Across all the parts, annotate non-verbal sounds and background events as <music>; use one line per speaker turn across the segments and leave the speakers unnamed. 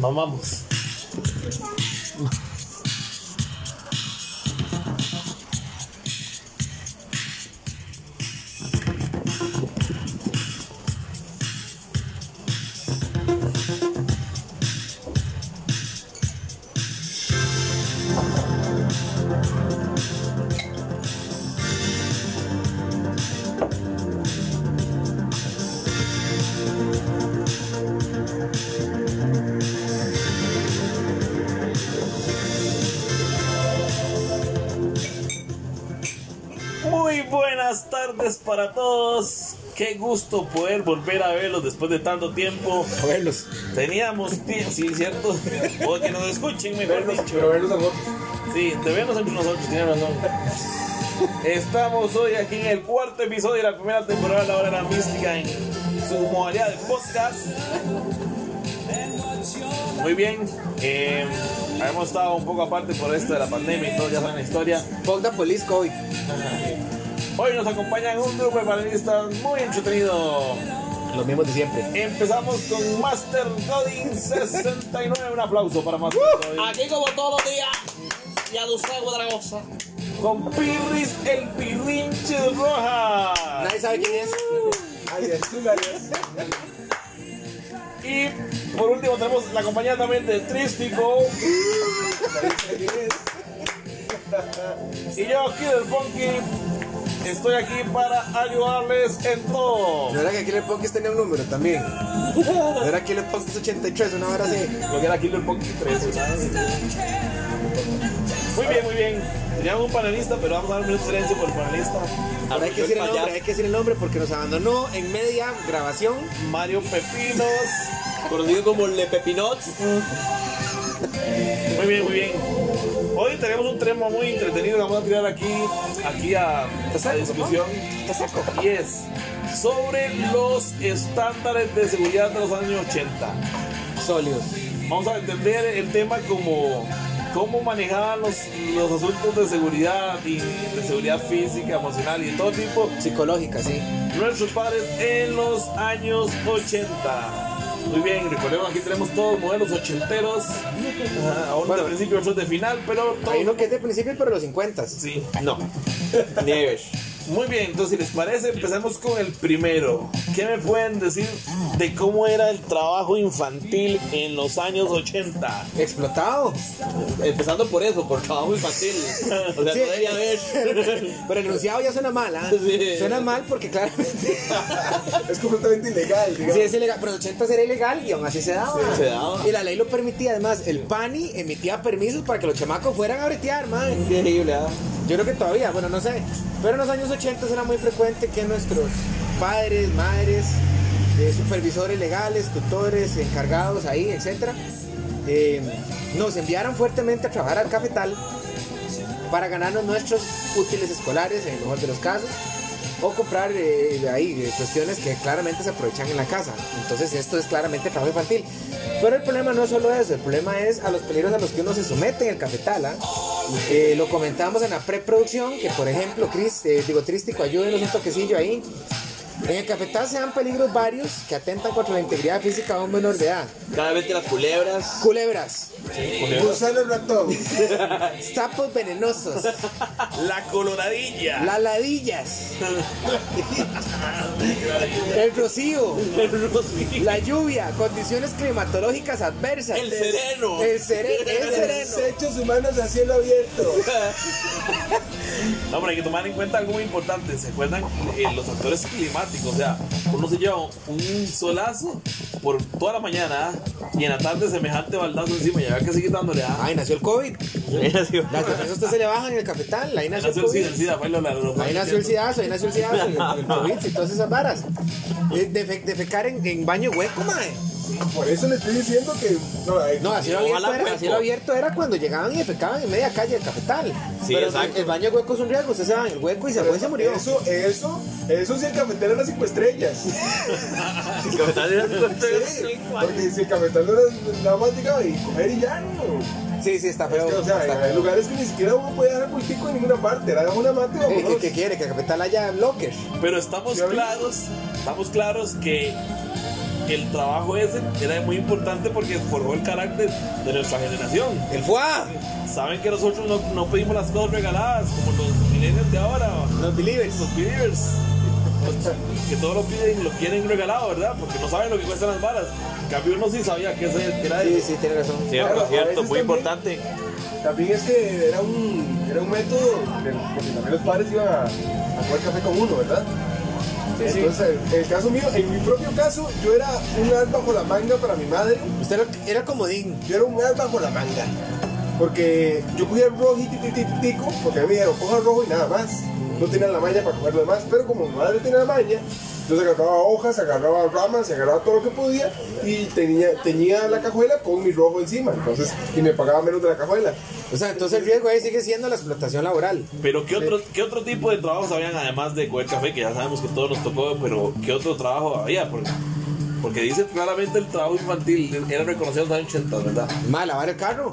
mamamos. Muy buenas tardes para todos. Qué gusto poder volver a verlos después de tanto tiempo.
A verlos.
Teníamos tiempo, sí, cierto. <laughs> O que nos escuchen, mejor
Verlos,
dicho.
pero verlos a nosotros.
Sí, te vemos entre nosotros, tienes razón. Estamos hoy aquí en el cuarto episodio de la primera temporada de La Hora de la Mística en su modalidad de podcast. Muy bien, eh, hemos estado un poco aparte por esto de la pandemia y todo, ya saben la historia.
Fogda Police COVID.
Hoy nos acompañan un grupo de panelistas muy entretenido.
Los mismos de siempre.
Empezamos con Master Godin 69. Un aplauso para Master Godin.
Aquí como todos los días, y a Dulce Guadragosa.
Con Pirris el Pirrinche Roja.
Nadie sabe quién es. Alias, tú, alias.
Y por último tenemos la compañía también de Trístico. y yo, Kid el Funky, estoy aquí para ayudarles en todo.
¿No era que Killer Pockets tenía un número también? ¿No era Killer Pockets 83, una hora así?
Lo que era Killer Punky 3. Muy bien, muy bien. Teníamos un panelista, pero vamos a dar un silencio por el panelista.
Ahora hay que decir el nombre, hay que decir el nombre porque nos abandonó en media grabación.
Mario Pepinos.
Conocido como Le Pepinots.
Muy bien, muy bien. Hoy tenemos un tema muy entretenido que vamos a tirar aquí, aquí a, esta discusión. Y es sobre los estándares de seguridad de los años 80.
Sólidos.
Vamos a entender el tema como cómo manejaban los, los asuntos de seguridad y de seguridad física, emocional y de todo tipo
Psicológica, sí.
nuestros padres en los años 80. Muy bien, recordemos aquí tenemos todos modelos ochenteros, ah, a unos
Bueno.
de principio, otros de final, pero
Hay
todos
uno que es de principio, pero los 50.
sí, no.
Nieves.
Muy bien, entonces si les parece, empezamos con el primero. ¿Qué me pueden decir de cómo era el trabajo infantil en los años 80?
Explotado.
Empezando por eso, por trabajo infantil. O sea,
Sí.
no debía haber.
<laughs> Pero enunciado ya suena mal, ¿ah?
Sí.
Suena mal porque
<laughs>
claramente.
Es completamente ilegal, digamos.
Sí, es ilegal. Pero en los 80 era ilegal y aún así se daba.
Sí, se daba.
Y la ley lo permitía. Además, el PANI emitía permisos para que los chamacos fueran a bretear, man.
Increíble, ¿ah?
Yo creo que todavía, bueno, no sé. Pero en los años 80 era muy frecuente que nuestros padres, madres, eh, supervisores legales, tutores, encargados ahí, etcétera, eh, nos enviaran fuertemente a trabajar al cafetal para ganarnos nuestros útiles escolares, en el mejor de los casos, o comprar eh, ahí eh, cuestiones que claramente se aprovechan en la casa. Entonces esto es claramente trabajo infantil. Pero el problema no es solo eso, el problema es a los peligros a los que uno se somete en el cafetal. ¿ah? Eh, lo comentábamos en la preproducción, que por ejemplo, Chris, eh, digo, Trístico, ayúdenos un toquecillo ahí. En el cafetal se dan peligros varios que atentan contra la integridad física de un menor de edad.
Cada vez que las culebras.
Culebras,
Gusano el ratón.
sapos venenosos,
La coloradilla.
las <laughs> ladillas, el rocío,
El rosy.
La lluvia, condiciones climatológicas adversas.
El sereno.
El sereno. El sereno.
Desechos humanos a cielo abierto.
No, pero hay que tomar en cuenta algo muy importante. ¿Se acuerdan? Eh, los factores climáticos. O sea, uno se lleva un solazo por toda la mañana ¿ah? y en la tarde semejante baldazo encima. Y había que seguir dándole. ¿ah?
Ahí nació el COVID. Las defensas a usted se le bajan en el cafetal. Ahí nació el
Nació el SIDA,
COVID.
el SIDA, fue lo- lo- lo-
Ahí nació el sidazo, ahí nació el sidazo, el, el COVID y todas esas varas. Eh, defe- defecar en, en baño hueco, mae.
Por eso le estoy diciendo que. No, hay-
No, a cielo,
No,
abierto
ojalá
era, a
hueco.
cielo abierto era cuando llegaban y defecaban en media calle del cafetal.
Sí,
Pero
exacto.
el baño hueco es un riesgo, usted se va en el hueco y se fue y se murió.
Eso, eso, eso sí, el cafetal era cinco estrellas. Sí, porque si el cafetal no era nada más llegaba y comer y ya, no.
Sí, sí, está feo.
Es que, o sea,
está
hay
feo.
lugares que ni siquiera uno puede dar multico en ninguna parte. Era una mate
<laughs> Eh, ¿qué-
o
¿Qué quiere? Que el cafetal haya bloques.
Pero estamos
¿Ya ven?
claros, estamos claros que el trabajo ese era muy importante porque forjó el carácter de nuestra generación.
El FUA,
Saben que nosotros no, no pedimos las cosas regaladas como los millennials de ahora,
los believers.
los believers. Que todo lo piden, lo quieren regalado, ¿verdad? Porque no saben lo que cuestan las balas. En cambio, uno sí sabía que ese era
Sí, sí, tiene razón.
Ahora,
Cierto,
a
cierto,
veces
muy
también-
importante.
También es que era un, era un método, de- porque también los padres iban a, a jugar café con uno, ¿verdad? Entonces, en el caso mío, en mi propio caso, yo era un as bajo la manga para mi madre.
Usted era, era comodín.
Yo era un as bajo la manga. Porque yo cogía el rojo y ti- ti- ti- tico, porque a mí me dijeron, coja el rojo y nada más. No tenía la maña para coger lo demás, pero como mi madre tenía la maña, yo agarraba hojas, agarraba ramas, agarraba todo lo que podía y tenía, teñía la cajuela con mi rojo encima. Entonces, y me pagaba menos de la cajuela.
O sea, entonces el riesgo ahí sigue siendo la explotación laboral.
Pero ¿qué otro, qué otro tipo de trabajos habían además de coger café? Que ya sabemos que todos nos tocó, pero ¿qué otro trabajo había? Porque, porque dice claramente el trabajo infantil era reconocido en los años 80, ¿verdad?
Más lavar el carro.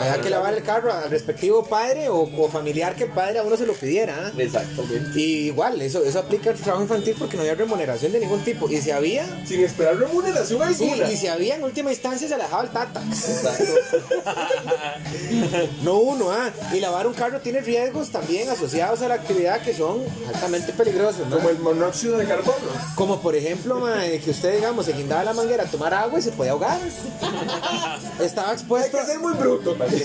Había que lavar el carro al respectivo padre o, o familiar que padre a uno se lo pidiera. ¿ah?
Exactamente.
Y igual, eso, eso aplica al trabajo infantil porque no había remuneración de ningún tipo. Y si había,
Sin esperar remuneración
sí,
alguna.
y si había en última instancia se la dejaba el tata. <laughs> no uno, ah. Y lavar un carro tiene riesgos también asociados a la actividad que son altamente peligrosos, ¿no?
Como el monóxido de carbono.
Como por ejemplo, ma, eh, que usted, digamos, se guindaba la manguera a tomar agua y se podía
<laughs>
ahogar. Estaba
Hay
expuesto.
que ser
<laughs>
muy bruto también.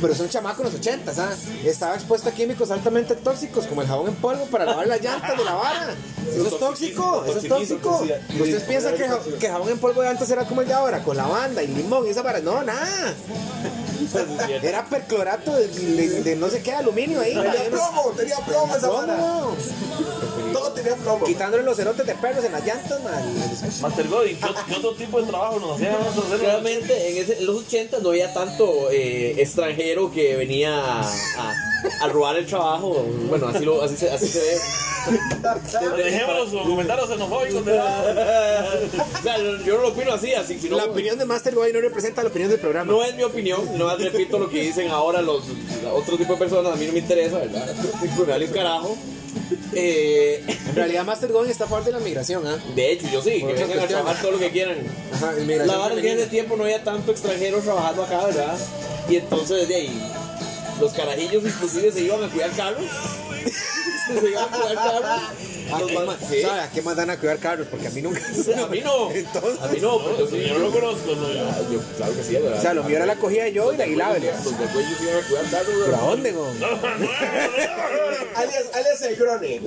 Pero es un chamaco en los 80, ¿ah? Estaba expuesto a químicos altamente tóxicos, como el jabón en polvo para lavar las llantas de la vara. Eso es tóxico, eso es tóxico. ¿Ustedes piensan que, ja- que jabón en polvo de antes era como el de ahora, con lavanda y limón y esa vara? No, nada. Era perclorato de, de- de no sé qué, aluminio ahí.
Tenía plomo, tenía plomo esa vara.
¿Cómo?
Todo tenía plomo.
Quitándole los cerotes de perros en las llantas, man.
Master Gold, ¿y qué, qué otro tipo de trabajo nos hacían nosotros hacer?
Realmente en, ese- en los 80 no había tanto eh, extranjero que venía a, a- a robar el trabajo. Bueno, así, lo, así, se, así se ve.
Dejémonos los comentarios xenofóbicos de la...
O sea, yo yo no lo opino así, así sino,
La opinión de Master Guy no representa la opinión del programa.
no es mi opinión. No repito lo que dicen ahora los otro tipo de personas. A mí no me interesa, ¿verdad? Me vale un carajo. Eh,
En realidad, Master Guy está a favor de la migración, ¿ah?
de hecho, yo sí, que
Por eso
vengan a
cuestión.
trabajar todo lo que quieran.
Ajá,
La
inmigración
verdad es que en ese
femenina.
tiempo no había tanto extranjero trabajando acá, ¿verdad? Y entonces de ahí, los carajillos inclusive se iban a cuidar carros. <laughs> se iban a cuidar carros.
¿A
Los
Ah, qué,
van-
más,
sí.
¿sabe? ¿A qué más dan a cuidar carros? Porque a mí nunca.
<laughs> A mí
<laughs>
no.
Entonces-
a mí no, pero yo sí.
Yo no lo conozco, no, yo.
Ah, yo- claro que sí, ¿verdad?
O sea, lo mío era la cogida de yo y la guilaba. ¿verdad?
Los Pues, de cuello se iban a cuidar carros,
¿Pero
¿verdad?
a dónde, go?
Alias, alias el Crone.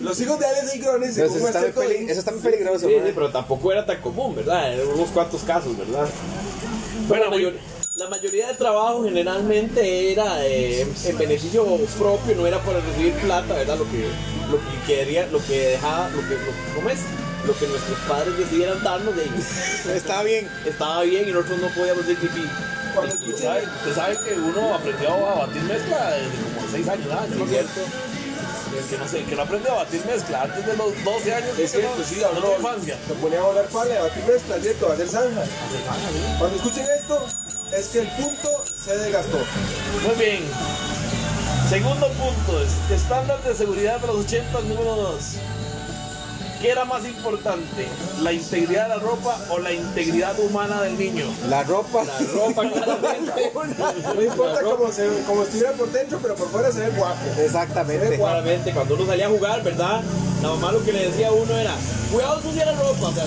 Los hijos de Alias el Crone,
Eso
según
está, muy
Master
peli-
Cohen,
eso está muy peligroso,
Sí,
man.
sí, pero tampoco era tan común, ¿verdad? Eran unos cuantos casos, ¿verdad?
Bueno,
Bueno, la,
muy-
mayor- la mayoría de trabajo generalmente era eh, en beneficio propio, no era para recibir plata, ¿verdad? Lo que, lo que quería, lo que dejaba, lo que, lo- ¿cómo es? Lo que nuestros padres decidieran darnos de ellos. <laughs>
Está bien.
Estaba bien y nosotros no podíamos decir pipí.
Cuando
Ustedes
escuché-
saben- ustedes saben que uno aprendió a batir mezcla desde como 6 años, ¿ah? Yo no sé.
¿Cierto?
El que no sé, el que no aprendió a batir mezcla antes de los 12 años, que
Es
pues no-
cierto, sí,
no
habló.
tuvo infancia.
Se ponía a volar pala, a batir mezcla, ¿cierto? A hacer zanja. Cuando escuchen esto, es que el punto se desgastó.
Muy bien. Segundo punto, es- estándar de seguridad de los 80, número 2. ¿Qué era más importante? ¿La integridad de la ropa o la integridad humana del niño?
La ropa.
La ropa claramente. <laughs>
No importa cómo, se, cómo estuviera por dentro, pero por fuera se ve guapo.
Exactamente.
Claramente, cuando uno salía a jugar, ¿verdad? La mamá lo que le decía a uno era, cuidado sucia la ropa, o sea,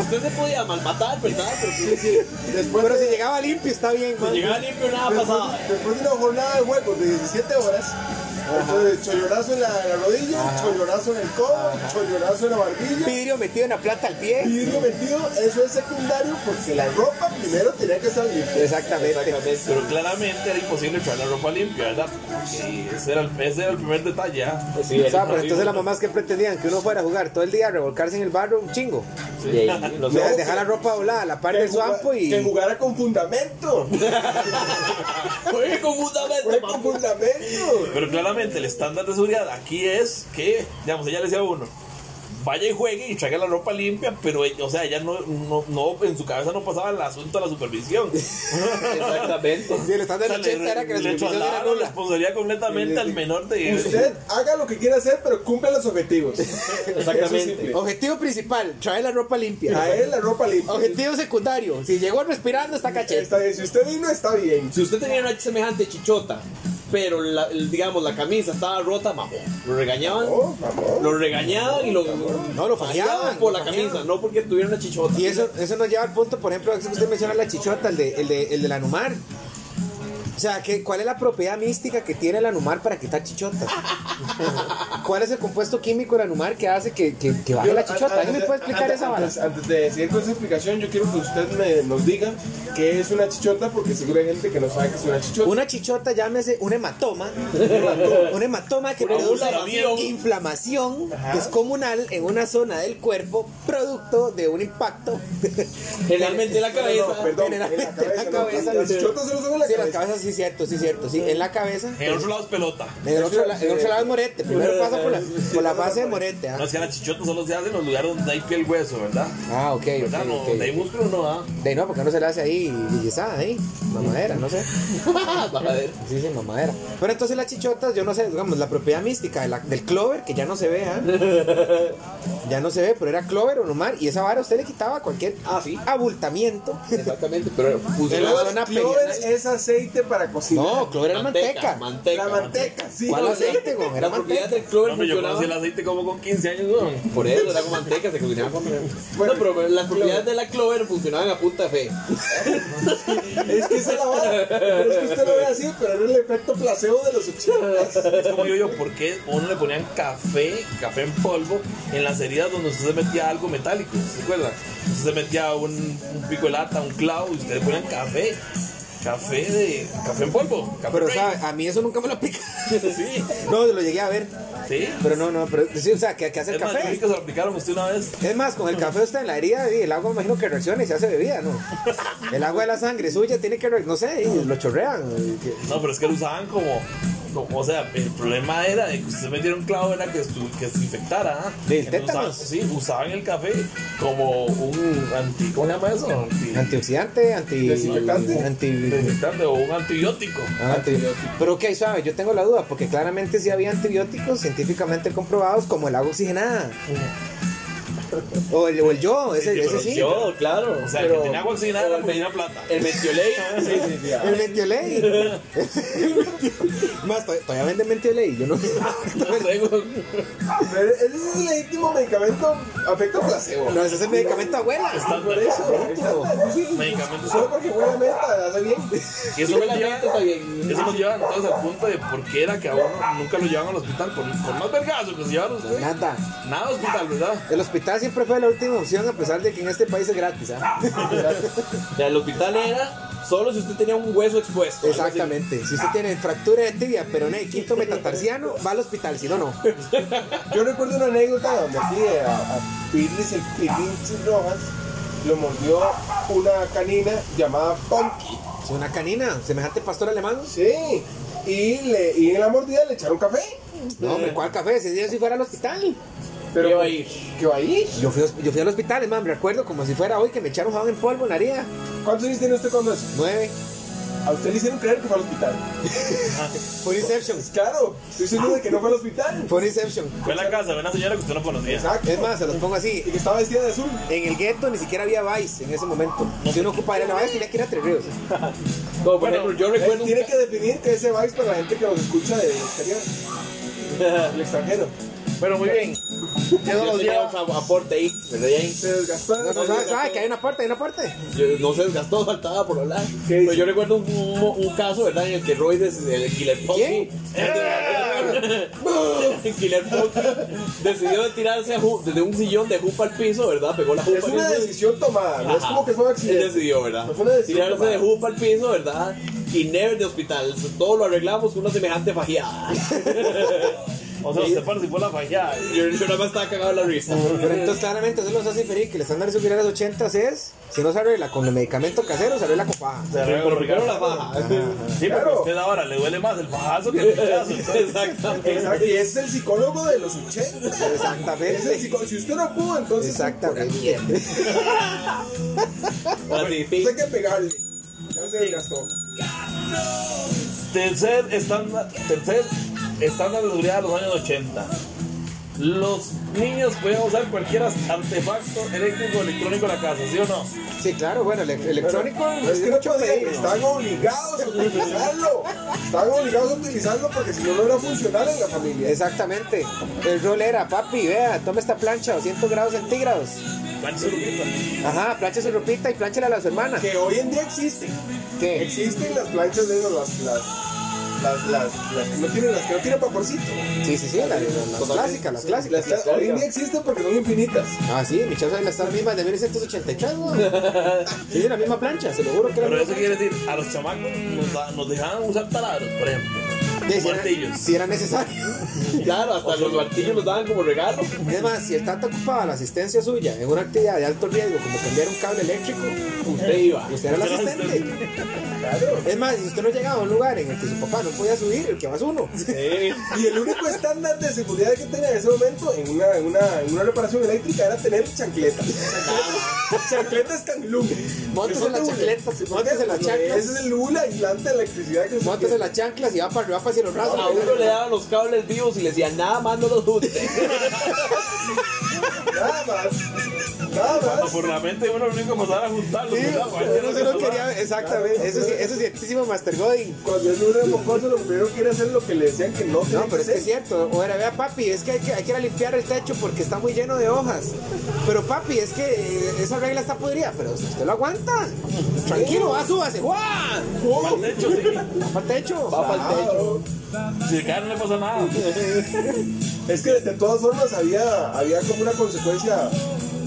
usted se podía malmatar, ¿verdad? Porque si
Después
Pero
de,
si llegaba limpio, está bien, man.
llegaba limpio nada
después,
pasaba.
después de una jornada de juegos de 17 horas, entonces chollonazo en la, en la rodilla, chollonazo en el codo, chollonazo en la barbilla.
Vidrio metido en la plata al pie.
vidrio metido, eso es secundario porque la ropa primero tenía que estar limpia.
Exactamente.
Pero claramente era imposible traer la ropa limpia, ¿verdad? Porque ese era el, ese era el primer detalle, ¿ah?
Sí,
O sea, pero entonces las mamás que pretendían que uno fuera a jugar todo el día, revolcarse en el barro, un chingo.
Sí, no sé.
Deja- Dejar la ropa doblada, a la par
Que
del
juga-
guapo
Que
y.
jugara
<laughs>
con fundamento.
Juegue con fundamento,
Fue con
papu.
fundamento.
Pero claramente el estándar de seguridad aquí es que, digamos, ella le decía a uno, vaya y juegue y traiga la ropa limpia, pero, eh, o sea, ella no, no, no- en su cabeza no pasaba el asunto de la supervisión.
<laughs> Exactamente.
Sí, el estándar del 80 era que la
le
supervisión era
trasladaron la
nula.
responsabilidad completamente
Sí, sí,
al
sí.
menor de
Usted haga lo que quiera hacer, pero cumpla los
<laughs>
objetivos. Eso es simple.
Objetivo principal, traer la ropa
A
limpia.
él la ropa limpia.
Objetivo secundario, si llegó respirando está cachete.
Está bien, si usted vino, está bien.
Si usted tenía una semejante chichota, pero la- el- digamos la camisa estaba rota, mamón. Lo regañaban,
Oh, mamón.
lo regañaban y lo.
No, lo fajeaban,
Por
lo
la
fajeaban.
camisa, no porque tuviera una chichota.
Y eso, eso nos lleva al punto, por ejemplo, eso que usted menciona la chichota, el de, el de, el de la Numar. O sea, ¿qué, ¿cuál es la propiedad mística que tiene la Numar para quitar
<laughs>
chichotas? ¿Cuál es el compuesto químico de la Numar que hace que, que, que baje
Yo,
la
a-
chichota?
a-
¿Alguien me puede explicar
antes-
esa vara?
Antes, antes de seguir con esa explicación, yo quiero que usted me, nos diga qué es una chichota, porque seguro hay gente que no sabe qué es una chichota.
Una chichota, llámese un hematoma. un hematoma que
Una
produce
inflamación.
inflamación descomunal en una zona del cuerpo, producto de un impacto.
Generalmente la cabeza.
No, no, perdón, en la
Generalmente
cabeza.
en la
no,
cabeza.
las chichotas se lo son en
<laughs>
la
Sí, en la cabeza, sí,
cabeza.
cierto, sí, cierto. Sí, en la cabeza.
En otro lado es pelota.
En el otro, la- en el otro lado es morete. Primero pasa por la, por la base de morete.
No
ah.
es que la chichota solo se hace en los lugares donde hay piel hueso, ¿verdad?
Ah, ok, ok,
¿Verdad? No,
ok.
donde hay músculo no, ¿ah?
De ahí no, porque no se le hace ahí guillesada ahí. Mamadera, no sé.
Majadero.
Sí, sí, mamadera. Pero entonces las chichotas, yo no sé, digamos, la propiedad mística de la- del clover, que ya no se ve,
<laughs>
¿ah? Ya no se ve, pero era clover o nomar. Y esa vara usted le quitaba cualquier
Ah, sí. <laughs>
abultamiento.
<laughs> Exactamente, pero
En la
Clover-
zona
Clover
perianal.
es aceite para cocinar.
No, clover era manteca.
Manteca.
la manteca, sí.
¿Cuál
La-
aceite, güey? Era
La propiedad
manteca.
del clover
Hombre, yo
funcionaba.
conocí el aceite como con 15 años, ¿no?
Por eso era con manteca, se cocinaba con
Bueno,
No, pero las propiedades de la clover funcionaban a punta de fe.
Es que esa es la vara. Pero es que usted lo ve así, pero era el efecto placebo de los ochentas.
Es como yo, yo, ¿por qué a uno le ponían café, café en polvo, en las heridas donde usted se metía algo metálico? ¿Se acuerdan? Usted se metía un, un pico de lata, un clavo, y usted le ponían café. Café de. café en polvo. Café
Pero,
Rey.
¿sabe? A mí eso nunca me lo aplica. <laughs>
Sí,
No, lo llegué a ver.
sí.
Pero no, no, pero sí, o sea, ¿qué, qué hace el
Es más, yo
café?
vi que se lo aplicaron a usted una vez.
Es más, con el café está en la herida y el agua me imagino que reacciona y se hace bebida,
<laughs>
¿no? El agua de la sangre suya tiene que, re- no sé, y lo chorrean. y que-
No, pero es que lo usaban como. como- o sea, el problema era de que usted metiera un clavo, era que, su- que se infectara. ¿ah?
Del
Entonces,
tétanos.
usaban- sí, usaban el café como un anti. ¿Cómo se llama eso? Anti-
Antioxidante, anti...
Desinfectante.
Anti...
desinfectante o un antibiótico.
ah, anti- Pero ok, suave, yo tengo la duda, porque claramente sí había antibióticos científicamente comprobados como el agua oxigenada. O el, o el yo, ese,
Sí,
ese
pero
sí.
Yo, claro.
O sea, el
pero-
que tenía agua oxigenada
pero
era
el-
porque tenía plata.
El metioley.
Sí, sí, sí.
El mentioley. <laughs> Más, todavía- todavía vende mentioley, yo no...
Pero ese es el legítimo medicamento afecto placebo.
No, ese es el medicamento abuela.
Por eso, está- sí,
Medicamentos.
Solo porque huele a menta, hace bien.
Y eso
Eso me
nos
la
lleva,
está bien.
eso nos lleva entonces al punto de por qué era que a uno nunca lo llevaban al hospital. Por, por más vergazo que se llevaron ustedes.
Nada.
Nada hospital, ¿verdad?
El hospital siempre fue la última opción, a pesar de que en este país es gratis. ¿ah?
O sea, el hospital era solo si usted tenía un hueso expuesto. algo así.
Exactamente. Si usted tiene fractura de tibia, peroné y quinto metatarsiano, va al hospital, si no, no.
Yo recuerdo una anécdota donde aquí a, a Pirlis el Pirinchis Rojas lo mordió una canina llamada Punky.
Es una canina, semejante pastor alemán.
Sí. Y, le, y en la mordida le echaron café.
No, hombre, ¿cuál café? Si yo si fuera al hospital.
Pero,
¿Qué va a ir?
¿Qué va a ir?
Yo fui, yo fui al hospital, es más, me recuerdo como si fuera hoy que me echaron jabón en polvo en la herida.
¿Cuántos años tiene usted cuando eso?
Nueve.
A usted le hicieron creer que fue al hospital.
Fue un inception.
Claro, estoy seguro de que no fue al hospital.
Fue un inception.
Fue a la casa de una señora que usted no conocía.
Exacto.
Es más, se los pongo así.
Y que estaba vestida de azul.
En el gueto ni siquiera había Vice en ese momento. Si uno ocupaba la Vice, tenía que ir a Tres Ríos.
Como, por ejemplo, yo recuerdo.
Eh,
un
tiene
ca-
que definir qué es ese vice para la gente que nos escucha del exterior, del extranjero.
Pero muy bien.
Yo tenía un aporte ahí, ¿verdad? Jane?
Se desgastó.
No, no, ¿sabes? ¿Sabes ah, que hay una parte, hay una parte?
Yo- no se desgastó, faltaba por hablar.
¿Qué
Pero
dice?
yo recuerdo un, un- un caso, ¿verdad? En el que Roy, des- el Killer Punky,
¿Quién? ¡Eh!
el Killer Punky decidió de tirarse a ju- desde un sillón de jupa al piso, ¿verdad? Pegó la jupa.
Es una
Él-
decisión tomada, no es
Ajá.
como que fue un
Él
accidente.
decidió, ¿verdad?
Fue una decisión
Tirarse de
tomada.
jupa al piso, ¿verdad? y never de hospital. Todo lo arreglamos con una semejante
<laughs>
fajeada.
O sea, usted participó en la fallada.
Yo, yo nada más estaba cagado de la risa.
Oh.
Pero entonces claramente eso los hace inferir que el estándar superior a los 80 es, si no se arregla con el medicamento casero, se arregla con paja.
Se arregla
Pero
con
primero <laughs> la
paja.
faja.
Sí, porque a usted ahora le duele más el fajazo que el pichazo. entonces,
Exacto, y
Exactamente.
es el psicólogo de los 80. Es el
Exactamente.
psicó- Si usted no pudo, entonces.
Exactamente.
Así, sí.
Usted hay que pegarle. Ya se desgastó.
Tercer estándar, tercer estándar de seguridad de los años 80. Los niños podían usar cualquier artefacto eléctrico o electrónico en la casa, ¿sí o no?
Sí, claro, bueno, el el electrónico
No es que no
mucho
podían,
peligro.
están obligados a utilizarlo. Están obligados a utilizarlo porque si no, no era funcional en la familia.
Exactamente. El rol era, papi, vea, toma esta plancha, 200 grados centígrados.
Pancho Lupita.
Ajá, plancha su ropita y plancha a su hermana.
Que hoy en día existen.
¿Qué?
Existen las planchas de esas, las. las las, las, las que no tienen las que no tienen vaporcito
Sí, sí, sí, la- la- las clásicas, las clásicas.
Las- hoy en día existen porque son infinitas
Ah, sí, mi chavo las la misma de 1983,
<laughs>
güey. Sí, de la misma plancha, se lo juro que era
Pero
la
eso
misma
quiere decir, a los chamacos nos, da- nos dejaban usar taladros, por ejemplo.
plancha. Si era-
Martillos.
Si era necesario.
Claro, hasta los martillos los daban como regalo.
Es más, si el Tata ocupaba la asistencia suya en una actividad de alto riesgo, como cambiar un cable eléctrico,
Usted iba.
usted era el asistente. Es más, si usted no llegaba a un lugar en el que su papá no podía subir, el que más uno.
Sí.
y el único estándar de seguridad que tenía en ese momento en una, en una, en una reparación eléctrica era tener
<laughs>
chancletas chancletas canglum
Móntese las chancletas, móntese las chanclas.
ese es el hula aislante de electricidad que se
Móntese las chanclas y va para arriba para si los rasos.
A uno le daban los cables vivos y le decían, nada más no los junte.
<laughs> nada más nada
Por la mente uno lo único que pasaba era juntarlos.
Sí,
Ah,
¿verdad?
uno se lo quería, exactamente, eso sí, eso es ciertísimo Master Godin.
cuando es lunes mocoso lo primero que era hacer lo que le decían que no
No,
tenía
pero es
que
que es
hacer.
cierto. O era, vea, papi, es que hay que, hay que ir a limpiar el techo porque está muy lleno de hojas. Pero, papi, es que eh, esa regla está podrida. Pero si usted lo aguanta, tranquilo, va, súbase. ¡guau!
Va al techo, sí.
Va para techo.
Va pa'l techo.
Claro.
Si cae no le pasa nada.
Es que de todas formas había, había como una consecuencia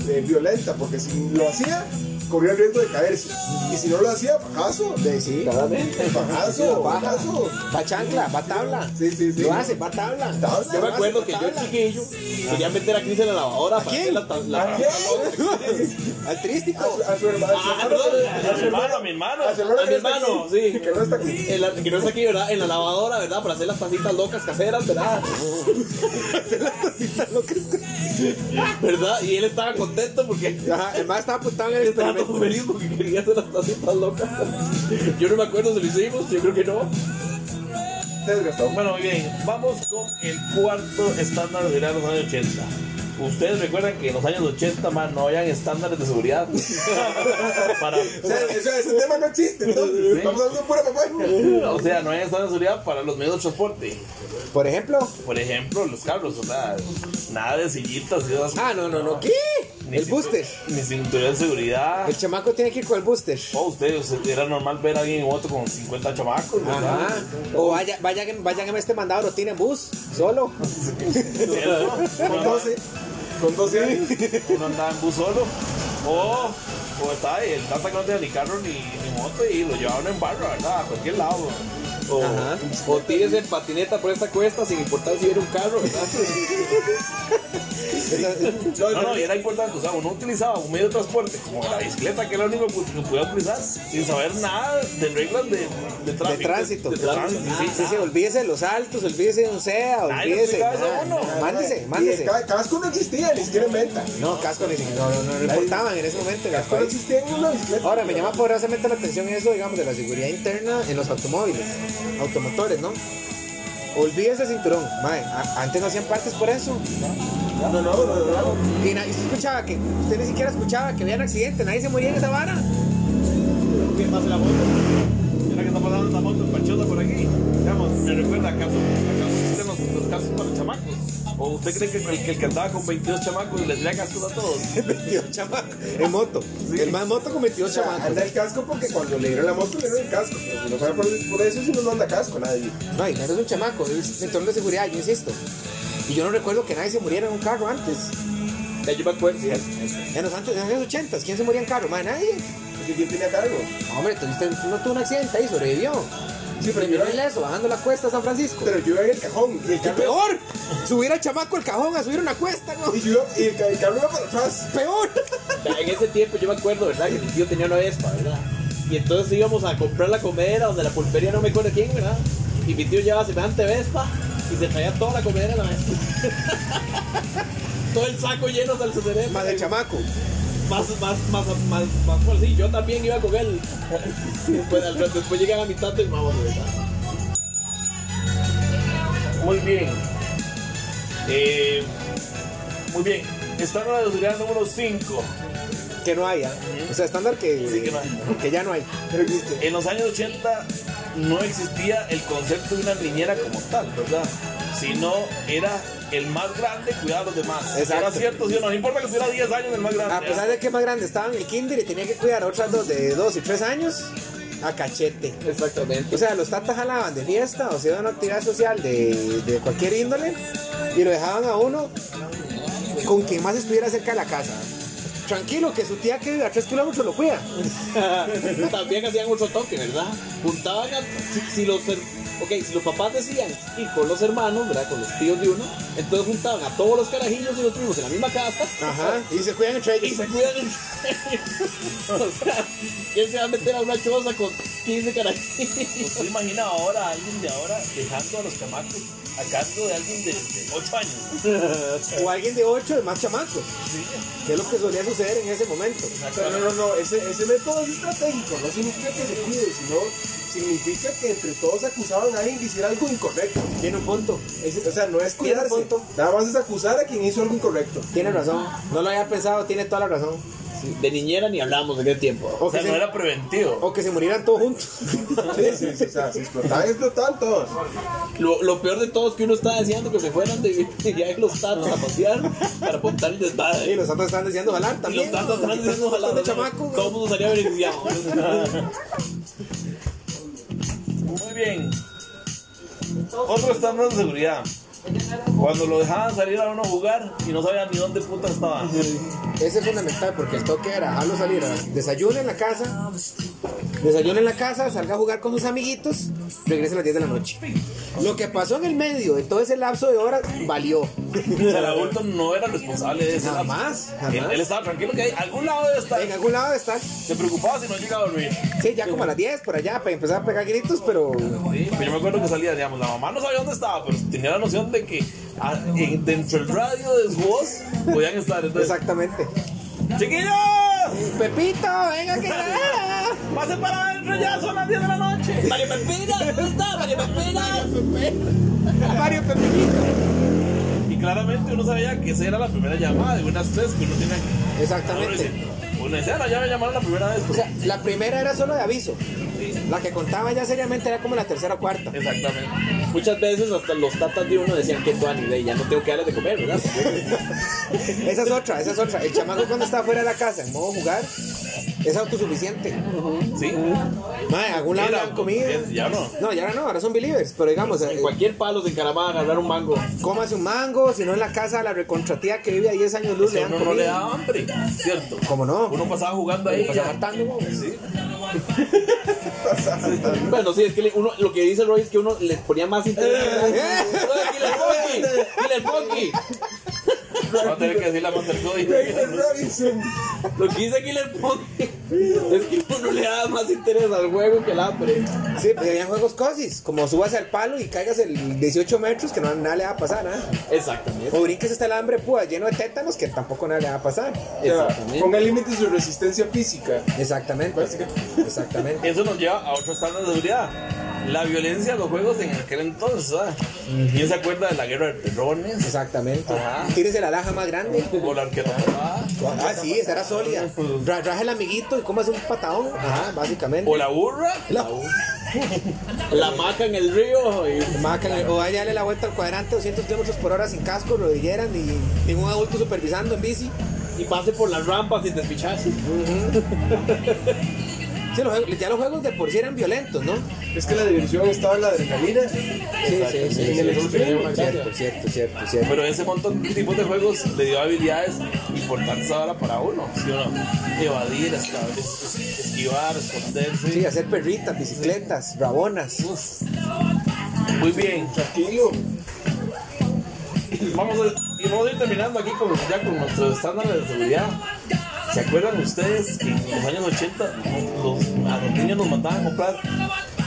eh, violenta, porque si lo hacía, corría el riesgo de caerse. Y si no lo hacía, fajazo.
Sí, sí.
Claramente. <laughs>
Fajazo,
Baja.
fajazo.
Va chancla, va tabla.
Sí, sí, sí.
Lo hace, va tabla.
Tabla.
Yo me
Lo hace,
acuerdo
va
que yo,
tabla. <laughs>
chiquillo, quería meter a Cris en la lavadora para
quién?
hacer la, tan- la-
¿A quién?
Al
A
trístico.
su- a su hermano.
Ah,
a su
perdón.
hermano-
A su hermano, a mi hermano.
a su hermano
Ah, A mi
que no está
hermano,
aquí,
sí.
Que no está aquí.
en la- que no está aquí, ¿verdad? En la lavadora, ¿verdad? Para hacer las tacitas locas caseras, ¿verdad? <laughs> ¿Verdad? Y él estaba contento porque
Ajá, el más estaba apuntado en el
estaba todo
experimento.
feliz porque quería hacer las tacitas locas. Yo no me acuerdo si lo hicimos, yo creo que no.
Se desgastó.
Bueno, muy bien. Vamos con el cuarto estándar de seguridad de los años 80. Ustedes recuerdan que en los años 80 más no habían estándares de seguridad. <laughs> para,
O sea, o sea, ese tema no existe, entonces.
Sí.
Estamos hablando de pura papaya.
o sea, no habían estándares de seguridad para los medios de transporte.
Por ejemplo.
Por ejemplo, los carros, o sea, nada de sillitas y esas
Ah, no, no, no. ¿Qué?
Ni
El
cintu-
booster.
Ni cinturón de seguridad.
El chamaco tiene que ir con el booster.
Oh, ustedes, era normal ver a alguien en moto con 50 chamacos,
<laughs>
¿verdad?
Ajá. O vaya, vaya, que- vayan a este mandado, no tiene bus, solo.
¿Cierto?
Con 12. Con 12 años.
uno andaba en bus solo o, o estaba el tata que no tenía ni carro ni, ni moto y lo llevaban en barro, ¿verdad? A cualquier lado. O,
Ajá.
O tires en patineta por esta cuesta sin importar si era un carro, ¿verdad?
no, no, y era importante, o sea, uno utilizaba un medio de transporte como la bicicleta, que era el único que que podía utilizar sin saber nada de reglas de, de tráfico.
tránsito.
De tránsito, Ah, sí,
Sí, sí, olvídese de los altos, olvídese de un SEA,
le
olvídese.
explicaba eso a
nada,
uno.
nada. Mándese,
Y
mándese.
el ca- casco no existía, ni siquiera en venta.
No, casco ni siquiera. No, no, no, no importaban en ese momento. en el
No
país.
existía en una bicicleta.
Ahora, me llama poderosamente la atención eso, digamos, de la seguridad interna en los automóviles, automotores, ¿no? Olvídese el cinturón, mae, a- antes no hacían partes por eso.
No, no, no, no. no.
Y, na- y se escuchaba que, usted ni siquiera escuchaba que había un accidente, nadie se moría en esa <laughs> vara.
¿Qué pasa la moto? ¿Será que está pasando esta moto panchota por aquí? Digamos, ¿me recuerda acaso, acaso existen los, los casos para chamacos? ¿O usted cree que el, que el que andaba con 22 chamacos les diría cascos a todos?
22 chamacos. En moto. El más moto con 22
O sea,
chamacos.
anda el casco porque cuando le dieron la moto le dieron el casco. Pero si no fuera por, por eso, si no, no anda casco nadie.
No, y no eres un chamaco, es el cinturón de seguridad, yo insisto. Y yo no recuerdo que nadie se muriera en un carro antes.
Ya yo me acuerdo, sí, es- es-
En los, antes, en los 80, ¿quién se moría en carro? Más nadie.
Porque ¿quién tenía cargo?
No, hombre, tuviste- no tuvo un accidente ahí, sobrevivió.
Sí, pero yo,
Terminó ileso, bajando la cuesta a San Francisco.
pero yo iba en el cajón y el
¡Qué
carro,
peor! Subir al chamaco al cajón a subir una cuesta, ¿no?
y yo, y el, ca- el carro iba para atrás.
¡Peor!
Ya, En ese tiempo yo me acuerdo, ¿verdad? Que mi tío tenía una Vespa, ¿verdad? Y entonces íbamos a comprar la comedera donde la pulpería no me acuerdo quién, ¿verdad? Y mi tío llevaba semejante Vespa y se traía toda la comedera en la Vespa. <laughs> Todo el saco lleno de salsa
Más el chamaco.
más, más, más, más, más, pues sí, yo también iba con él. <laughs> Después, al- después llegan a mi tata y vamos, ¿verdad?
Muy bien. Eh, muy bien. Estándar de seguridad número 5.
Que no haya. O sea, estándar que,
Sí, que no hay.
que ya no hay.
Pero existe.
En los años 80 no existía el concepto de una niñera como tal, ¿verdad? Sino era el más grande cuidar a los demás.
Exacto. Ah, pues,
Era cierto, sí o no. No importa que estuviera 10 años el más grande. ¿ah?
A pesar de que más grande estaba en el kinder y tenía que cuidar a otras dos de 2 y 3 años, a cachete.
Exactamente.
O sea, los tatas jalaban de fiesta o se iban a una actividad social de, de cualquier índole y lo dejaban a uno con quien más estuviera cerca de la casa. Tranquilo, que su tía que vive a 3 kilómetros lo cuida.
<laughs> también hacían otro toque, ¿verdad? Juntaban a, si, si los her- ok, si los papás decían y con los hermanos, ¿verdad? Con los tíos de uno, entonces juntaban a todos los carajillos y los primos en la misma casa.
Ajá, y se cuidan entre
Y
ellos.
se cuidan entre ellos. <laughs> O sea, ¿quién se va a meter a una choza con 15 carajillos?
¿Usted Pues imagina ahora a alguien de ahora dejando a los chamacos a cargo de alguien de, 8 años?
O alguien de 8 de más chamacos, que es lo que solía suceder en ese momento.
Pero no, no, no, ese, ese método es estratégico, no significa que se cuide, sino significa que entre todos acusaban a alguien que hiciera algo incorrecto.
Tiene un punto,
Ese- o sea, no es
Tiene
cuidarse,
punto.
nada más es acusar a quien hizo algo incorrecto.
tiene razón. No lo había pensado, tiene toda la razón.
De niñera ni hablamos en aquel tiempo.
O
O
que,
sea,
se,
no era preventivo.
o que se murieran todos juntos.
Sí, sí, sí, o sea, se explotaban, explotaban todos.
Lo, lo peor de todo es que uno estaba deseando que se fueran de <laughs> de viaje los tatos a pasear para apuntar el
Y
desmadre.
los tatas están deseando jalar
Y
también.
los tatos
¿no?
grandes no
Montón de
jalaban.
chamacos.
Todo el mundo salía beneficiado.
Muy bien. Otro estándar de seguridad. Cuando lo dejaban salir a uno a jugar y no sabían ni dónde puta
<laughs>
estaba.
Ese es fundamental porque el toque era dejarlo salir, a- desayuno en la casa, desayuno en la casa, salga a jugar con sus amiguitos, regrese a las 10 de la noche. Lo que pasó en el medio de todo ese lapso de horas valió.
O sea, el adulto no era responsable de eso.
Jamás, jamás.
Él, él estaba tranquilo que ahí, algún lado debe estar.
En algún lado está, sí,
Se preocupaba si no llegaba a dormir.
ya como a las 10 por allá, para empezar a pegar gritos, pero
Sí, pero yo me acuerdo que salía, digamos, la mamá no sabía dónde estaba, pero tenía la noción de que ah, en- dentro del radio de su voz podían estar. Entonces,
exactamente.
¡Chiquillos!
Pepito, venga que ah".
¡Pasen para adentro ya! Son las 10 de la noche.
Mario Pepina, ¿dónde está Mario Pepina?
Mario Pepito.
Y claramente uno sabía que esa era la primera llamada de unas tres que uno tenía que. Uno dice,
Exactamente.
uno decía, no, ya me llamaron la primera vez.
O
pues,
sea, la primera era solo de aviso. La que contaba ya seriamente era como la tercera o cuarta.
Exactamente.
Muchas veces hasta los tatas de uno decían que tú ni ya no tengo que darle de comer,
<laughs>
¿verdad?
Esa es otra, esa es otra. El chamaco cuando está fuera de la casa en modo jugar es autosuficiente.
Sí.
Madre, a algún lado le
Era-
dan comida.
es- ya no.
No, ya ahora no, ahora son believers. Pero digamos, eh,
En cualquier palo se encaramaba a agarrar un mango.
cómase un mango, si no en la casa de la recontratía que vive a 10 años luz le
Eso
dan
uno no le
comida.
daba hambre, ¿cierto?
¿Cómo no?
Uno pasaba jugando ahí.
Pasaba
ya.
hartando, ¿no?
Sí.
Bueno, sí, es que le- uno, lo que dice Roy es que uno les ponía más interés.
Eh.
¡Oye, ¡Dile el funky! ¡Dile el funky!
Va a tener que decir la Monster
David Robinson.
Lo que dice aquí le pone es que uno le da más interés al juego que al hambre.
<laughs> Sí, pues habían juegos cosis, como subas al palo y caigas el 18 metros, que no, nada le va a pasar, ¿ah?
Exactamente.
O brinques hasta el hambre púa lleno de tétanos, que tampoco nada le va a pasar.
O sea,
Exactamente.
ponga límite a su resistencia física.
Exactamente.
Pues
Exactamente.
Eso nos lleva a otro estándar de seguridad. La violencia en los juegos en aquel entonces, ¿verdad? ¿Quién se acuerda de la guerra de perrones?
Exactamente.
Ajá.
Tírese la laja más grande.
O la arquetada.
Ah, sí, esa era sólida. Ra- Raja el amiguito y comas un patadón. Ajá, básicamente.
O la burra.
La-
La maca en el río y
Maca, o vaya a darle la vuelta al cuadrante 200 kilómetros por hora sin casco, rodillera, ni ningún adulto supervisando en bici.
y pase por las rampas sin desficharse.
Sí, los juegos- ya los juegos de por sí eran violentos, ¿no?
Es que la diversión estaba en la adrenalina.
Sí, sí, sí.
En el extremo,
Cierto, cierto, cierto, cierto.
Pero ese montón de tipos de juegos le dio habilidades importantes ahora para uno, ¿sí o no? Evadir, esca- es- es- esquivar, esconderse.
Sí, hacer perritas, bicicletas, rabonas.
Uf. Muy bien,
Tranquilo.
vamos a, y vamos a ir terminando aquí con, ya con nuestros estándares de seguridad. ¿Se acuerdan ustedes que en los años 80 los, a los niños nos mandaban a comprar?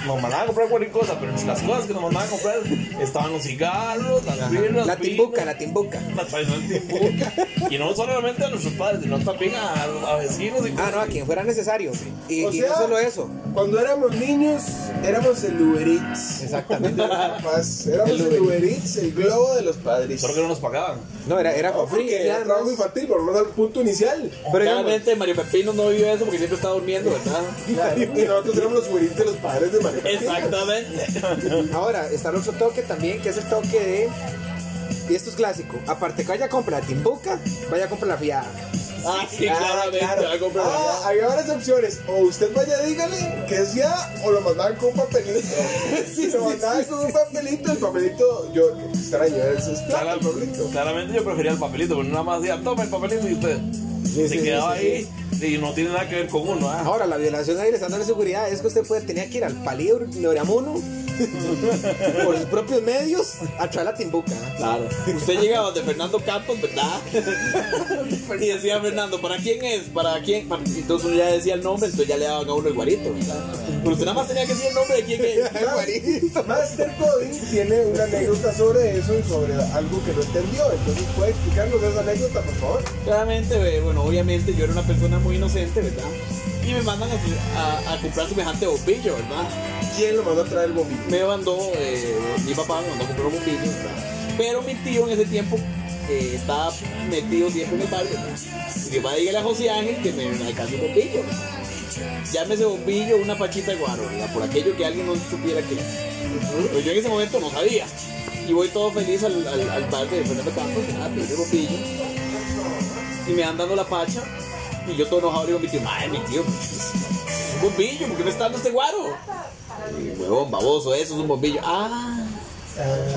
Nos mandaban a comprar cualquier cosa, pero las cosas que nos mandaban a comprar estaban los cigarros, las birras,
La
vinos,
timbuca, la timbuca.
la tradicional timbuca. Y no solamente a nuestros padres, sino también a, a vecinos y
Ah, no, a quien fuera necesario. Y,
O
y
sea,
no solo eso.
Cuando éramos niños, éramos el Uber Eats.
Exactamente.
Papás, éramos
El
el
Uber
Uber Eats, el globo de los padres.
Solo que no nos pagaban.
No, era, era
No,
for free.
porque
nada
era
más.
trabajo infantil, por lo menos al punto inicial.
Pero digamos,
<laughs>
Claramente Mario Pepino no vivió eso porque siempre está durmiendo, ¿verdad?
Y nosotros éramos los Uber Eats de los padres de María.
Exactamente.
Ahora, está el otro toque también, que es el toque de. Y esto es clásico. Aparte que vaya a comprar la timbuca, vaya a comprar la fiada.
Ah, sí,
Ah,
claramente.
claro.
va a comprar
Ah, había varias opciones. O usted vaya, dígale que es ya, o lo mandaban con un papelito. Si lo mandaban con un papelito, el papelito, yo qué extraño, eso es plata, el papelito.
Claramente yo prefería el papelito, pero nada más decía, toma el papelito y usted se
sí,
quedaba
sí,
ahí y no tiene nada que ver con uno. ¿ah?
Ahora, la violación ahí, el estándar de seguridad es que usted puede, tenía que ir al palí de Oreamuno <laughs> por sus propios medios a traer la timbuca. <laughs>
Claro. Usted llegaba donde Fernando Campos, ¿verdad? y decía Fernando, ¿para quién es? ¿Para quién? Para- Entonces uno ya decía el nombre, entonces ya le daban a uno el guarito, ¿verdad? Pero usted nada más tenía que decir el nombre de quién es.
Más- Master Coding tiene una anécdota sobre eso y sobre algo que no entendió. Entonces, ¿puede explicarnos esa anécdota, por favor?
Claramente, eh, bueno, obviamente yo era una persona muy inocente, ¿verdad? Y me mandan a, su- a- a comprar semejante bombillo, ¿verdad?
¿Quién lo mandó a traer el bombillo?
Me mandó, eh, mi papá me mandó a comprar un bombillo, ¿verdad? Pero mi tío en ese tiempo eh, estaba metido siempre en el barrio, ¿verdad? Y mi papá dígale a José Ángel que me alcance un bombillo, ¿verdad? Llámese bombillo una pachita de guaro, ¿verdad? Por aquello que alguien no supiera que Pero yo en ese momento no sabía. Y voy todo feliz al, al, al bar de Fernando Campos, ¿verdad? Pedí el bombillo y me van dando la pacha. Y yo todo enojado le digo a mi tío, madre, mi tío, es un bombillo, ¿por qué me está dando este guaro? Y, Huevón, baboso, eso es un bombillo. Ah. <laughs>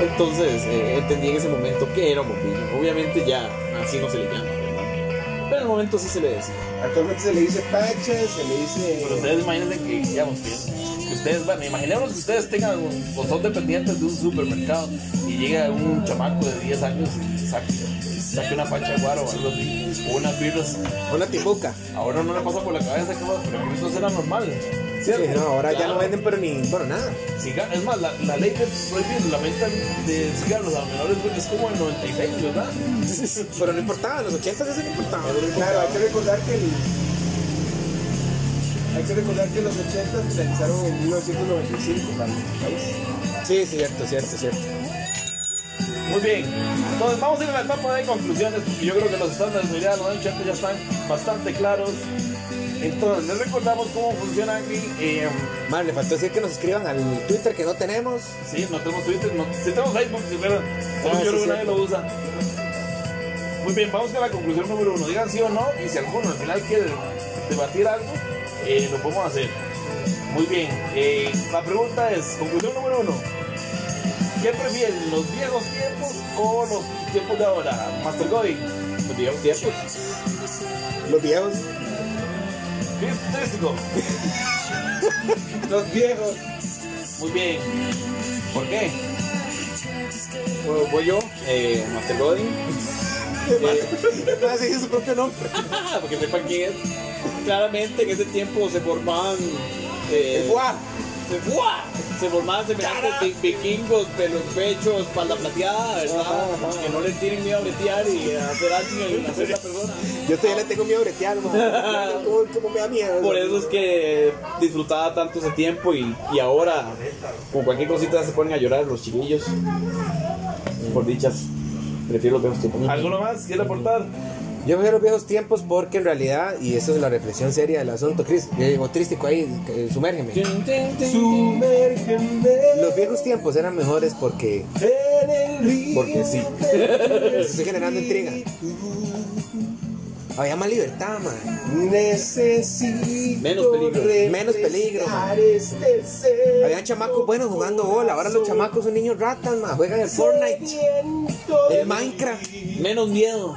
Entonces eh, entendí en ese momento que era un bombillo. Obviamente ya así no se le llama, ¿verdad? Pero en el momento sí se le decía.
Actualmente se le dice pacha, se le
Pero
dice.
ustedes imagínense que, digamos, que, que ustedes van, imaginemos que ustedes tengan, un- o son dependientes de un supermercado y llega un chamaco de 10 años y saque, saque una pacha de guaro o algo así, o unas birras.
Una timbuca.
Ahora no le pasa por la cabeza que va, pero eso era normal. ¿cierto?
Sí, no, ahora ya
Claro.
no venden, pero ni. Bueno, nada.
Cigar- es más, la, la ley de prohibir la venta de cigarros a menores güey, es como el 96, ¿verdad?
Pero no importaba, en los 80 eso no importaba.
Claro, hay que recordar que el. Hay que recordar que los 80 se realizaron en 1995 para nuestro país.
Sí, cierto, cierto, cierto.
Muy bien, entonces vamos a ir a la etapa de conclusiones porque yo creo que los estándares de seguridad de los años 80 ya están bastante claros. Entonces, les recordamos cómo funciona aquí. eh,
Mar, le faltó decir que nos escriban al Twitter que no tenemos.
sí, no tenemos Twitter, no, sí tenemos Facebook, sí, pero
Ah,
yo creo
sí,
que nadie lo
cierto.
usa. Muy bien, vamos con la conclusión número uno. Digan sí o no, y si alguno al final quiere debatir algo, eh, lo podemos hacer. Muy bien, eh, la pregunta es, conclusión número uno. ¿Qué prefieren, los viejos tiempos o los tiempos de ahora? Master Going.
Los viejos tiempos.
Los <laughs> viejos.
Crístico.
Los viejos.
Muy bien. ¿Por qué?
Bueno, voy yo, eh, Master Godin. Eh,
Va a decir su propio nombre.
Ah, porque sepan quién es. Claramente en ese tiempo se formaban. eh,
El Fuá.
se ¡Fua! Se formaban semejantes vi- vikingos, pelos pechos, espalda plateada, ¿verdad? Que no le tienen miedo a bretear y a hacer daño y a hacer la persona.
Yo todavía le tengo miedo a bretear,
<laughs>
man. Ya, Como, como me da miedo.
Por eso es que disfrutaba tanto ese tiempo y, y ahora, con cualquier cosita, se ponen a llorar los chiquillos. Por dichas, prefiero los viejos tiempos.
¿Alguno más quiere aportar?
Yo prefiero los viejos tiempos porque en realidad, y eso es la reflexión seria del asunto, Chris, yo digo trístico ahí, eh, sumérgeme.
Sumérgeme
Los viejos tiempos eran mejores porque
en el río.
Porque sí.
del
<laughs> Estoy generando intriga. Había más libertad, man.
Necesito
Menos peligro.
Menos peligro, man.
refrescar este ser.
Habían chamacos buenos jugando bola. Ahora los chamacos son niños ratas, man. Juegan el Fortnite,
Sediento de
el Minecraft.
Menos miedo.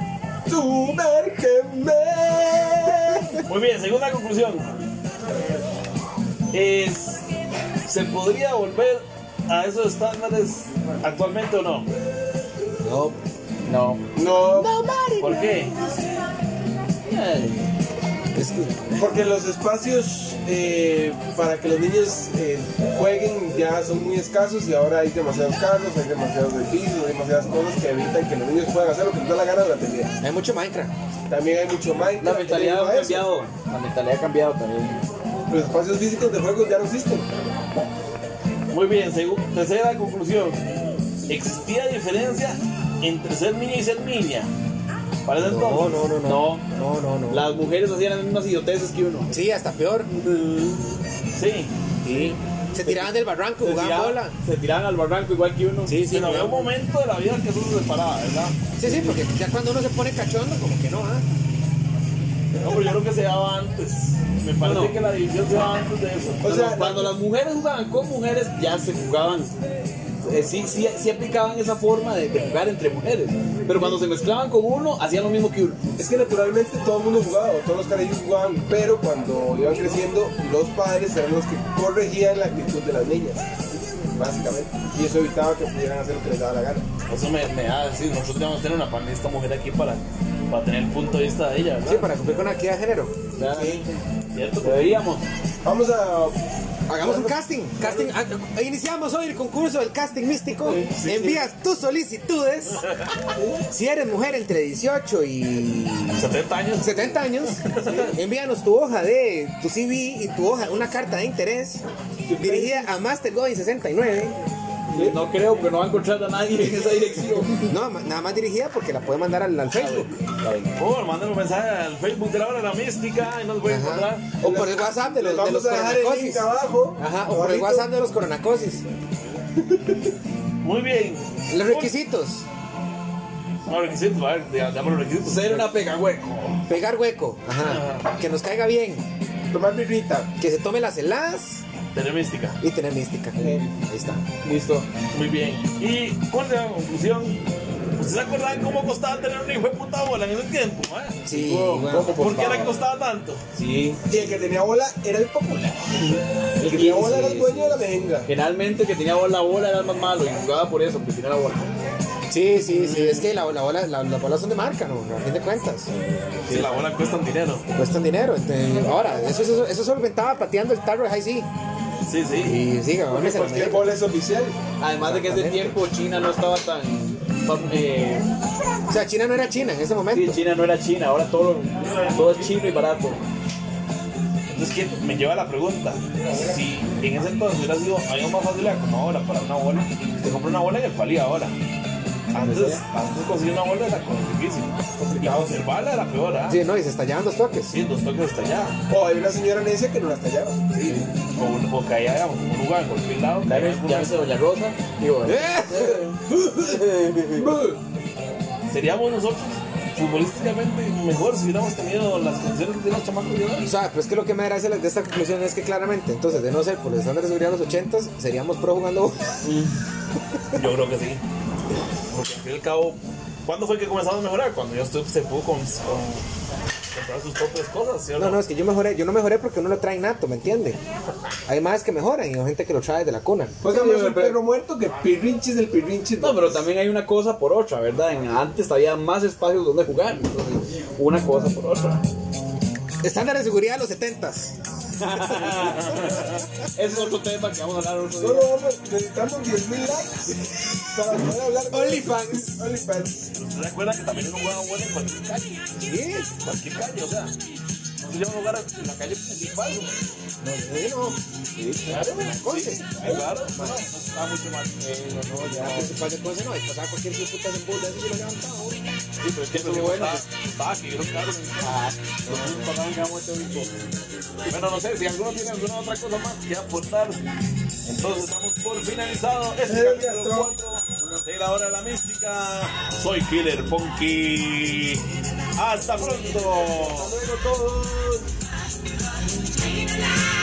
Sumérgeme.
Muy bien, segunda conclusión. Es, ¿Se podría volver a esos estándares actualmente o no?
No,
No.
No,
¿Por qué?
Ay,
es que
porque los espacios eh, para que los niños eh, jueguen ya son muy escasos y ahora hay demasiados carros, hay demasiados edificios, hay demasiadas cosas que evitan que los niños puedan hacer lo que les da la gana durante el día.
hay mucho Minecraft.
También hay mucho Minecraft.
La mentalidad ha
debido a eso.
cambiado. La mentalidad ha cambiado también.
Los espacios físicos de juegos ya no existen.
Muy bien, segu- tercera conclusión. ¿Existía diferencia entre ser niño y ser niña? Para ese
No,
entonces?
no, no, no. No, no, no.
Las mujeres hacían las mismas idioteces que uno.
Sí, hasta peor.
Sí.
Sí.
Se tiraban del barranco,
Se
jugaban bola.
tiraban, se tiraban al barranco igual que uno.
Sí, sí,
Pero había un momento de la vida que eso se separaba, ¿verdad?
Sí, sí, porque ya cuando uno se pone cachondo, como que no, ¿ah?
No, pero yo creo que se daba antes. Me parece
Bueno.
que la división se daba antes de eso.
O sea,
cuando las mujeres jugaban con mujeres, ya se jugaban. eh, sí, sí, sí aplicaban esa forma de, de jugar entre mujeres. Pero cuando se mezclaban con uno, hacían lo mismo que uno.
Es que naturalmente todo el mundo jugaba, o todos los carajillos jugaban, pero cuando iban creciendo, los padres eran los que corregían la actitud de las niñas, básicamente. Y eso evitaba que pudieran hacer lo que les daba la gana.
Eso me, me da a decir, nosotros debemos tener una panelista mujer aquí para, para tener el punto de vista de ella, ¿verdad?
Sí, para cumplir con la equidad de género.
¿Cierto?
Deberíamos.
Vamos a.
Hagamos un casting. Casting. ah, ah, Iniciamos hoy el concurso del casting místico. Envías tus solicitudes. Si eres mujer entre 18 y
70 años.
70 años, envíanos tu hoja de tu CV y tu hoja, una carta de interés dirigida a MasterGoin69.
No creo que no va a encontrar a nadie en esa dirección.
No, ma- nada más dirigida porque la puede mandar al, al Facebook.
Por mándenme un mensaje al Facebook de la hora de la mística y nos voy a encontrar.
Ajá. O por el WhatsApp de los,
les
de los
vamos a dejar el link
coronacosis.
abajo.
Ajá, o por el
Ahorita.
WhatsApp de los coronacosis.
Muy bien.
Los requisitos.
No, requisitos, a ver, diga- dame los requisitos.
Ser una pegahueco.
Pegar hueco. Ajá. Que nos caiga bien.
Tomar birrita.
Que se tome las heladas
Tener mística.
y tener mística. Ahí está.
Listo.
Muy bien. Y cuarta conclusión. ¿Ustedes se acuerdan cómo costaba tener un hijo de puta bola en ese tiempo? eh?
Sí,
Wow,
bueno.
¿cómo
¿Por qué
costaba?
le costaba tanto?
Sí.
Y el que tenía bola era el popular. El que tenía bola era el dueño de la mejenga.
Generalmente el que tenía bola a bola era el más malo y jugaba por eso, porque tenía la bola.
Sí, sí, sí. Es que la, la bola, la- las bolas son de marca, ¿no? A fin de cuentas.
Si la bola cuesta un dinero.
Cuestan dinero. entonces, ahora, eso, eso, eso solventaba pateando el tarro de high C.
Sí, sí.
Y sí, cabrón,
Porque
se la
cualquier
medía.
bola es oficial.
Además de que ese tiempo China no estaba tan. tan, eh,
O sea, China no era China en ese
sí,
momento.
China no era China, ahora todo, todo es chino y barato.
Entonces, ¿qué me lleva a la pregunta? Si en ese entonces hubiera sido algo más fácil era como ahora para una bola, te compras una bola en el palí ahora. Antes, antes conseguir una bola era como difícil. Y conservarla era peor, ¿ah?
Sí, no, y se estallaban los toques.
Sí, dos toques hasta allá.
O hay una señora necia que no las tallaba.
Sí. O, o caía digamos, en un lugar, en cualquier lado.
Dame,
alguna-
llámese Doña Rosa. Digo,
Seríamos nosotros futbolísticamente mejor si hubiéramos tenido las condiciones de los chamacos de
O
hoy.
sea, pues que lo que me agradece de esta conclusión es que claramente, entonces, de no ser por los estándares de seguridad de los 80 seríamos pro jugando bola.
Yo creo que sí. Porque al fin y al cabo, ¿cuándo fue que comenzamos a mejorar? Cuando ya usted se pudo con, con- comprar sus propias cosas, ¿sí o
No, no, es que yo mejoré, yo no mejoré porque no lo trae nato, ¿me entiendes? Hay más que mejoran y hay gente que lo trae de la cuna.
Pues
Sí,
es un
pero-
perro muerto que pirrinches del pirrinches.
No, pero también hay una cosa por otra, ¿verdad? En- antes había más espacios donde jugar. Entonces, una cosa por otra.
Estándares de seguridad de los 70
Ese es otro tema que vamos a hablar otro
Solo
día.
vamos, necesitamos 10.000 likes para poder hablar de
OnlyFans.
OnlyFans.
¿Usted se acuerda que también uno jugaba bola en cualquier calle?
¿Sí?
En cualquier calle, o sea. No se iba a jugar en la calle pues, principal, ¿no?
No, sí, no.
Claro,
Conce.
claro. No, no estaba mucho más.
No, ya, pues, se pasa con ese, no, y pasaba cualquier hijo de puta en bola, eso se lo levantaba.
Sí, pero es que eso
Qué bueno.
Estaba que vieron caros.
Ah, nosotros pagaban cada muerto bicho.
Bueno, no sé, si alguno tiene alguna otra cosa más que aportar. Entonces estamos por finalizado este
Sí,
capítulo
Castro.
4 de la hora de la mística. Soy Killer Funky. Hasta pronto.
Luego todos.
Ain't alive.